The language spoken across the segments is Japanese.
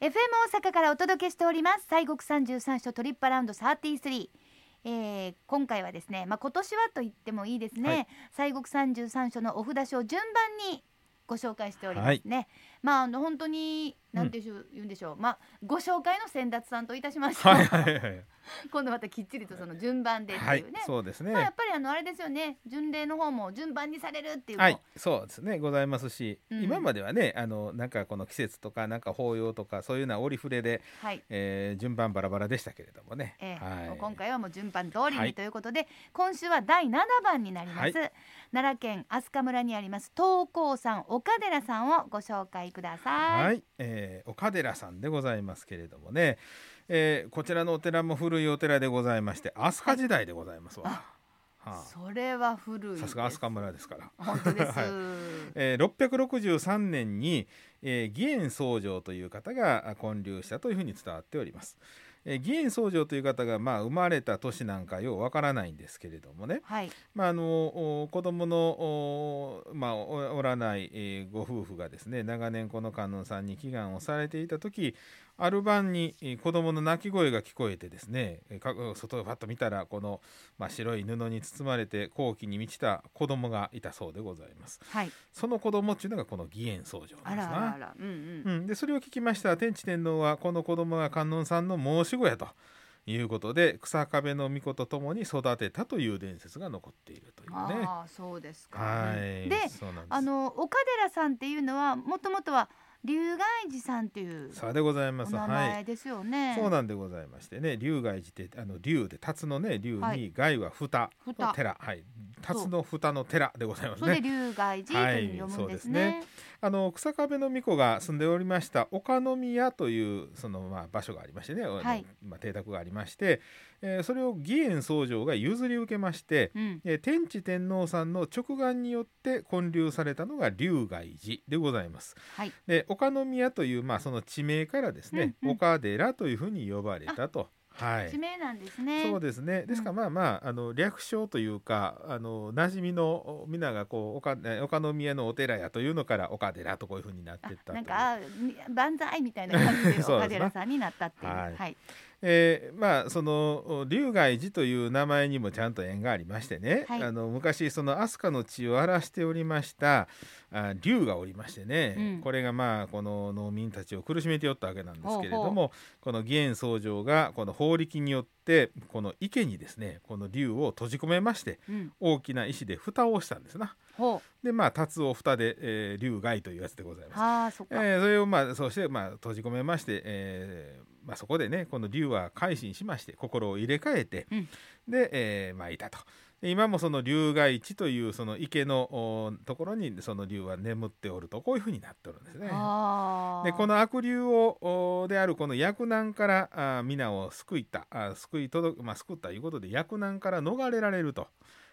FM 大阪からお届けしております西国三十三所トリップアラウンド33、えー、今回はですねまあ今年はと言ってもいいですね、は西国三十三所のお札書を順番にご紹介しておりますね、まああの本当になんていうんでしょう、まあご紹介の先達さんといたし まして、はいはいはい。今度またきっちりとその順番でってはいいうね、、そうですまあやねっ。ぱりあのあれですよね巡礼の方も順番にされるっていうのも、はい、そうですね、ございますし、うん今まではね、あの、なんかこの季節とか、なんか法要とか、そういうのは折り触れで、はいえー順番バラバラでしたけれどもね。えーもはうい。今回はもう順番通りはにいということで、今週は第7番になります、奈良県飛鳥村にあります東光さん岡寺さんをご紹介ください、はい、えー岡寺さんでございますけれどもね、えーこちらのお寺も古いお寺でございまして、飛鳥時代でございますわ。はそれは古いあ、ですさすが飛鳥村ですから。本当です、はいえー663年に、えー義円僧正という方があ建立したというふうに伝わっております。えー義円僧正という方が、まあ、生まれた年なんかようわからないんですけれどもね、はいまあ、あのお子供のお,、まあ、おおらない、えーご夫婦がですね長年この観音さんに祈願をされていた時ある晩に、えー子供の泣き声が聞こえてですねえーか外をパッと見たらこの、まあ、白い布に包まれて好奇に満ちた子供がいたそうでございます。はいその子供っていうのがこの義円僧正なんであらすあらあな。らうんうん、うん、でそれを聞きました天智天皇はこの子供が観音さんの申し子やということで草壁の巫女と共に育てたという伝説が残っているというね。ああそうですかはい。でそうなんですあの岡寺さんっていうのはもともとは龍外寺さんっていうさあでございまおす。名は前い。ですよね、そうなんでございましてね、龍外寺ってあの龍で辰のね龍はに外は蓋蓋の寺、はい、辰の蓋の寺でございますそれでね。龍外寺というふうに読むんですね,、はいそうあの草壁の巫女が住んでおりました岡の宮というそのまあ場所がありましてね、はいまあ、邸宅がありまして、えーそれを義円僧正が譲り受けまして、うんえー天智天皇さんの直眼によって建立されたのが龍外寺でございます。はいで岡の宮というまあその地名からですね、うんうん岡寺というふうに呼ばれたと。はい地名なんですね。そうですね。ですからまあまああの略称というかあの馴染みの皆がこう岡え岡の宮のお寺やというのから岡寺とこういうふうになっていったあとないうんかあみ万歳みた いな感じでそうですな岡寺さんになったっていう。ははいいえーまあその龍外寺という名前にもちゃんと縁がありましてね、はいあの昔その飛鳥の地を荒らしておりましたあ龍がおりましてね、うんこれがまあこの農民たちを苦しめておったわけなんですけれどもほうほこの義円僧正がこの法力によってこの池にですねこの龍を閉じ込めましてうん、大きな石で蓋をしたんですな。ほでまあ達を蓋で、えー、龍外というやつでございうます。ああそっえか、ーそれをまあそうして、まあ、閉じ込めまして、えーまあ、そこでねこの龍は改心しまして心を入れ替えて、うんで、えーまあ、いたと。で今もその龍外地というその池のおところにその龍は眠っておるとこういうふうになっておるんですね。ああでこの悪竜をおであるこの薬難からあ皆を救いたあ救い届く、まあ、救ったということで薬難から逃れられると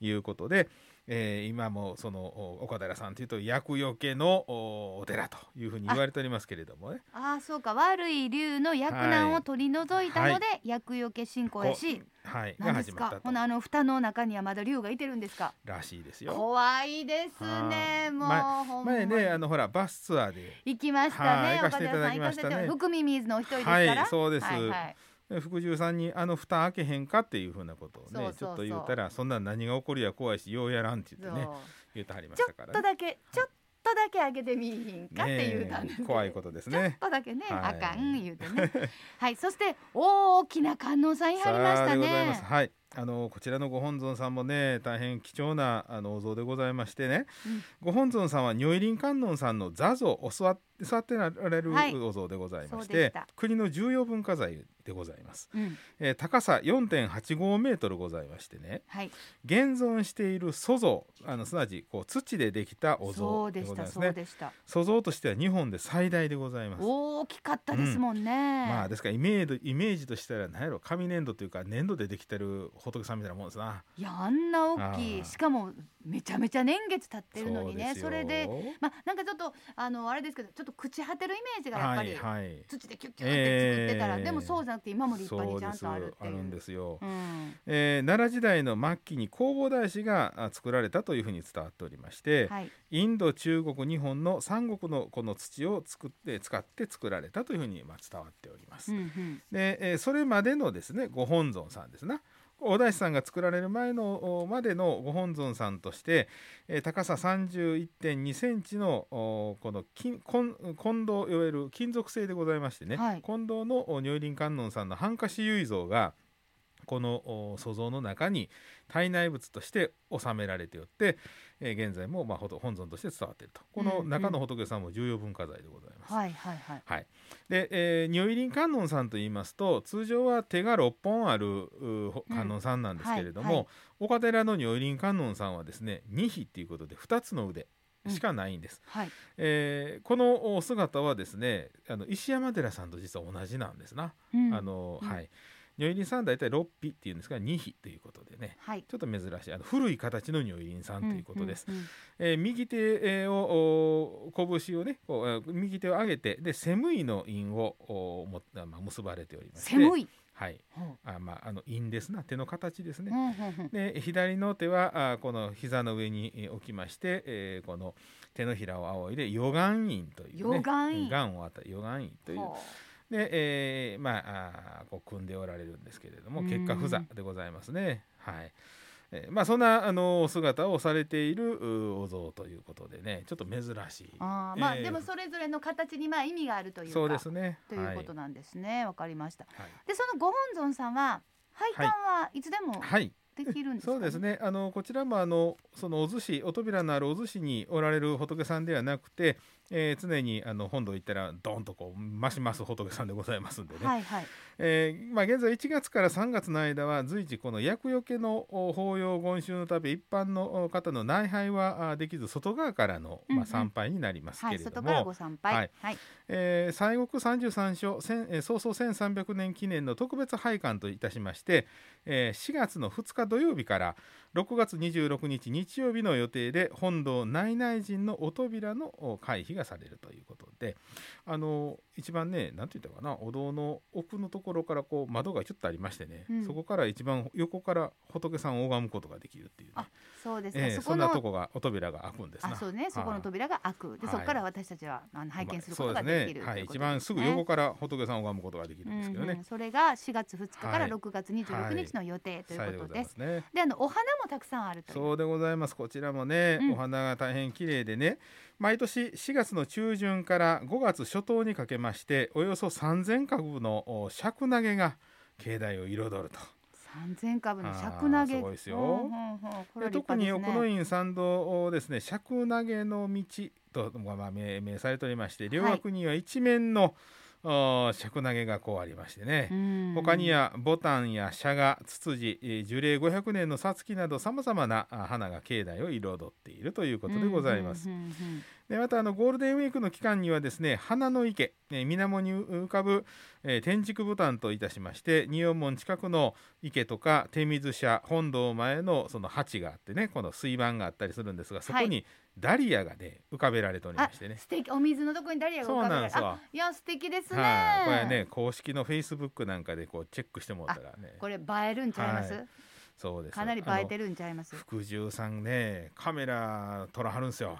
いうことで、えー今もそのお岡寺さんというと厄除けのおお寺というふうに言われておりますけれどもね。ああそうか悪い竜の厄難を取り除いたので、厄除け信仰やしこうはい、ながんで始すまっかたことのあの蓋の中にはまだ竜がいてるんですからしいですよ。怖いですはねいもうほんま前にねあのほらバスツアーで行きましたはいね行か岡せてい寺たさだんき行かませしてたね福耳水のお一人ですから、はいそうですはいはいで福住さんに「あの蓋開けへんか?」っていうふうなことをねそうそうそうちょっと言うたら「そんなん何が起こるや怖いしようやらん」って言ってねそう言うてはりまちしょたかっらとね。だけちょっとだけ上げてみいひんかって言うたんですけねえど怖いことですちょっね。とだけね、はあいかん言うてね はいそして大きな観音さんいはりましたでございます。ねはい。あのこちらのご本尊さんもね大変貴重なあのお像でございましてね、うんご本尊さんは如意林観音さんの座像を座って座ってられるはいお像でございまし、そうでしてた国の重要文化財でございます、うんえー高さ4.85メートルございましてねはい現存している塑像あのすなわちこう土でできたおそ像うででしございたますそうねでした塑像としては日本で最大でございます大きかったですもんね、まあですからイメージイメージとしたら何やろ紙粘土というか粘土でできてる仏さんみたいなもんですないやあんな大きあーいしかもめちゃめちゃ年月経ってるのにうねですそよれでまあなんかちょっとあのあれですけどちょっと朽ち果てるイメージがやっぱり、はいはい土でキュッキュッって作ってたら、ええでもそうじゃなくて今も立派にちゃんとあるってそうですあいるんう。ですよ、うんえー奈良時代の末期に弘法大師があ作られたというふうに伝わっておりまして、はい、インド中国日本の三国のこの土を作って使って作られたというふうにまあ伝わっておりますうん、うん、で、えーそれまでのですねご本尊さんですなお大師さんが作られる前のおまでのご本尊さんとして、えー高さ31.2センチのおこの金金金堂いわゆる金属製でございましてね、はい金堂のお如輪観音さんのハンカシ結像がこのお塑像の中に体内物として収められておって、えー現在もまあほと本尊として伝わっているとこの中の仏さんも重要文化財でございます。はいはいはいはい、で、えー、如意輪観音さんと言いますと通常は手が6本あるうほ観音さんなんですけれども、はいはい岡寺の如意輪観音さんはですね2匹っていうことで2つの腕しかないんです、はい。えーこのお姿はですねあの石山寺さんと実は同じなんですな、うんあのうんはい如意輪さん大体6匹っていうんですが2匹ということでねはい。ちょっと珍しいあの古い形の如意輪さんということです、ん。うんうんえー右手えーをおー拳をねこうえー右手を上げてでセムイの印をおーも、あまあ、結ばれておりましてセモイ。はいほうあまあ、あの印ですな手の形ですね。うんうんうんで左の手はあこの膝の上にえー置きまして、えーこの手のひらを仰いで魚眼印という、ね、魚眼印うん眼を与え魚眼印というほで、えーまああーこう組んでおられるんですけれども結果不座でございますね。はいえーまあ、そんなあのお姿をされているうお像ということでねちょっと珍しいうあーまあ、えーでもそれぞれの形にまあ意味があるというかそうですね。ということなんですねわ、かりましたはいでそのご本尊さんは拝観はいつでもはい、はいできるんですか、そうですねあのこちらもあのそのお寿司お扉のあるお寿司におられる仏さんではなくて、えー常にあの本堂行ったらドンとこう増します仏さんでございますんでね、はいはいえーまあ、現在1月から3月の間は随時この厄除けのお法要言衆のため一般のお方の内拝はあできず外側からの、うんまうんあ、参拝になりますはけいれど外からもご参拝ははいい、えー西国三十三所千えー創創1300年記念の特別拝観といたしまして、えー4月の2日土曜日から6月26日日曜日の予定で本堂内内陣のお扉のお会費がされるということであの一番ねなんて言ったかなお堂の奥のところからこう窓がちょっとありましてね、うんそこから一番横から仏さんを拝むことができるっていうね、あそうですね、えーそそこんのなとこがお扉が開くんですなあそうねそこの扉が開くで、はいそこから私たちはあの拝見することがまあそうできるすねとはい、いうこ一と番ですすぐね横から仏さんを拝むことができるんですけどうんうねん、。それが4月2日かはらい6月26日の予定というさようこごとざで。いますすね。であのお花もたくさんあるという。そうでございます。こちらもね、うんお花が大変綺麗でね、毎年4月の中旬から5月初頭にかけまして、およそ3000株のお尺投げが境内を彩ると。三千株の尺あ投ーげ。すごいですよほうほうほうこれはで立派特ですにね奥の院参道をですね尺投げの道と、まあまあ、命名されておりまして両はい脇には一面の、あー尺投げがこうありましてね、うん他にはボタンやシャガツツジえー樹齢500年のサツキなどさまざまなあ花が境内を彩っているということでございます。うんうんうんうんでまたあのゴールデンウィークの期間にはですね花の池、えー水面に浮かぶ、えー天竺ボタンといたしまして仁王門近くの池とか手水舎本堂前のその鉢があってねこの水盤があったりするんですがそこはにダリアがね浮かべられておりまあしてね。素敵お水のとこにダリアがそ浮うかべならんれですてあわ。いや素敵ですね、はい、これね公式のフェイスブックなんかでこうチェックしてもらったらねこれ映えるんちゃいます、はそうですかなり映えてるんちゃいまあすの福住さんねカメラ撮らはるんですよ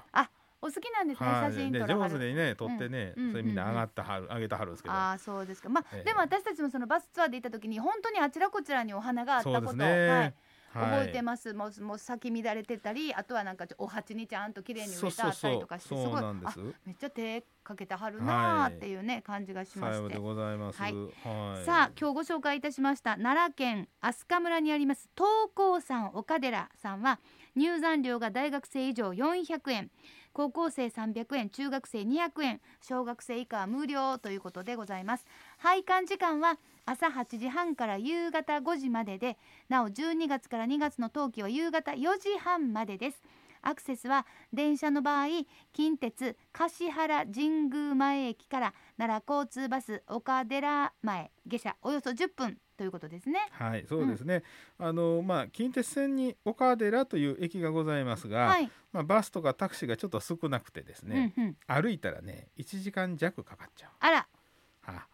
お好きなんですね、はい写真で撮らは上手るにね撮ってね、うんそれみんな上がったはる上げたはるんですけどああそうですかまあ、ええでも私たちもそのバスツアーで行った時に本当にあちらこちらにお花があったことを、はい、覚えてます、もうもう咲き乱れてたりあとはなんかちょお鉢にちゃんと綺麗に植えてあったりとかしてそうそうそうそうなんすでごいすめっちゃ手かけてはるなあっていうね、感じがしまさよしうてで。ございますははいい、さあ今日ご紹介いたしました奈良県飛鳥村にあります東高山岡寺さんは入山料が大学生以上400円高校生300円中学生200円小学生以下は無料ということでございます拝観時間は朝8時半から夕方5時まででなお12月から2月の冬季は夕方4時半までですアクセスは電車の場合近鉄橿原神宮前駅から奈良交通バス岡寺前下車およそ10分ということですね。はい、そうですね。あのまあ近鉄線に岡寺という駅がございますが、はい、まあバスとかタクシーがちょっと少なくてですね、うんうん、歩いたらね1時間弱かかっちゃう。あらはあ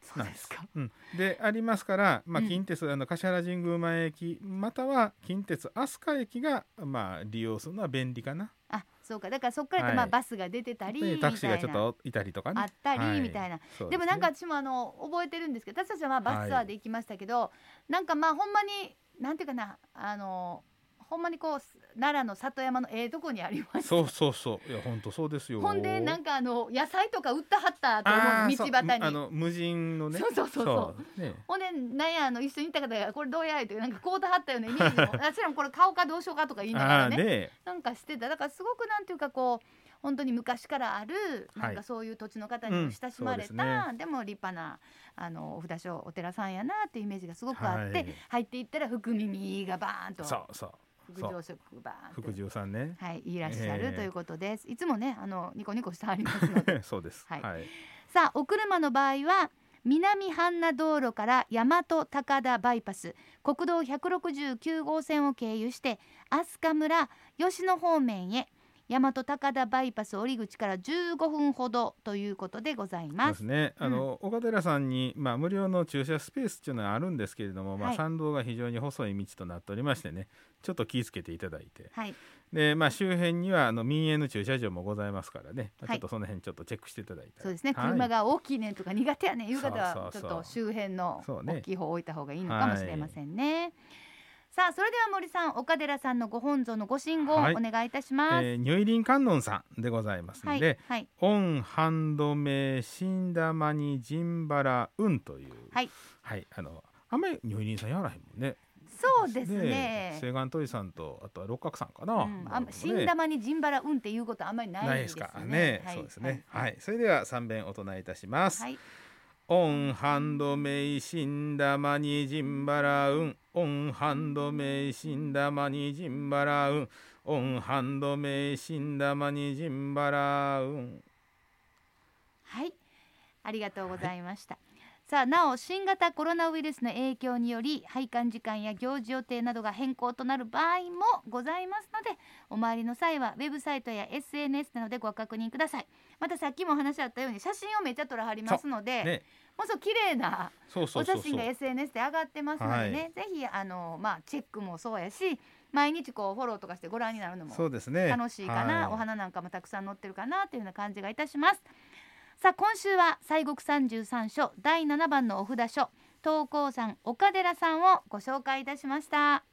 そうですか。うん、でありますから、まあ、うん近鉄、あの橿原神宮前駅または近鉄飛鳥駅が、まあ、利用するのは便利かなあそうかだからそこからはいまあバスが出てたりでみたタいクシーがちょっな。といたりとかねあったりみたいな、そうすねでもなんか私もあの覚えてるんですけど私たちはまあバスツアーで行きましたけど、なんかまあほんまになんていうかなあのほんまにこう奈良の里山のええとこにありましたそうそうそういや本当そうですよほんでなんかあの野菜とか売ってはったとあー思そうう道端にあの無人のねそうそうそうそううねほんでなんやあの一緒に行った方がこれどうやいとかなんかこうたはったようなイメージも 私らもこれ買おうかどうしようかとか言いながあらーねねなんかしてただからすごくなんていうかこう本当に昔からあるはいなんかそういう土地の方にも親しまれた、うんそうですでも立派なあのお札所お寺さんやなっていうイメージがすごくあって、はい入っていったら福耳がバーンとそうそう福上職バー福ンと。十さんねはい、いらっしゃるええということです。いつもね、あのニコニコしてはりますので、 そうですはいはい、さあお車の場合は南半那道路から大和高田バイパス国道169号線を経由して飛鳥村吉野方面へ大和高田バイパス折り口から15分ほどということでございそうま。ですすね、うんあの岡寺さんに、まあ、無料の駐車スペースっていうのはあるんですけれども、まはあ、い参道が非常に細い道となっておりましてねちょっと気をつけていただいてはい、で、まあ、周辺にはあの民営の駐車場もございますからね、まあはいちょっとその辺ちょっとチェックしていただいたそうりですね、はい車が大きいねんとか苦手やねんいう方そはうちそょっうそとう周辺のそうね大きい方を置いた方がいいのかもしれませんね。さあそれでは森さん岡寺さんのご本尊のご神言はいお願いいたします。えー如意林観音さんでございますはのい、で、はいオンハンドメシンダマニジンバラウンというはい、はいあのあんまり如意林さんやらへんもんねそうですね。西岸トイさんとあとは六角さんかな、うん、あなるほどね新玉にジンバラ運っていうことあんまりなないいでですすねからね。はいそうですね。はい、それでは三遍お唱えいたします。はい、オンハンドメイシンダマニジンバラウン。オンハンドメイシンダマニジンバラウン。オンハンドメイシンダマニジンバラウン。はい、ありがとうございました。さあなお新型コロナウイルスの影響により拝観時間や行事予定などが変更となる場合もございますのでお回りの際はウェブサイトや SNS などでご確認くださいまたさっきもお話あったように写真をめっちゃ撮らはりますので、ね、もうそう綺麗なそうそおうそ写う真そがう。 SNS で上がってますのでね、ぜひあの、まあ、チェックもそうやし毎日こうフォローとかしてご覧になるのもそうですね。楽しいかな、はお花なんかもたくさん載ってるかなというような感じがいたしますさあ今週は西国三十三所第七番のお札書東光さん岡寺さんをご紹介いたしました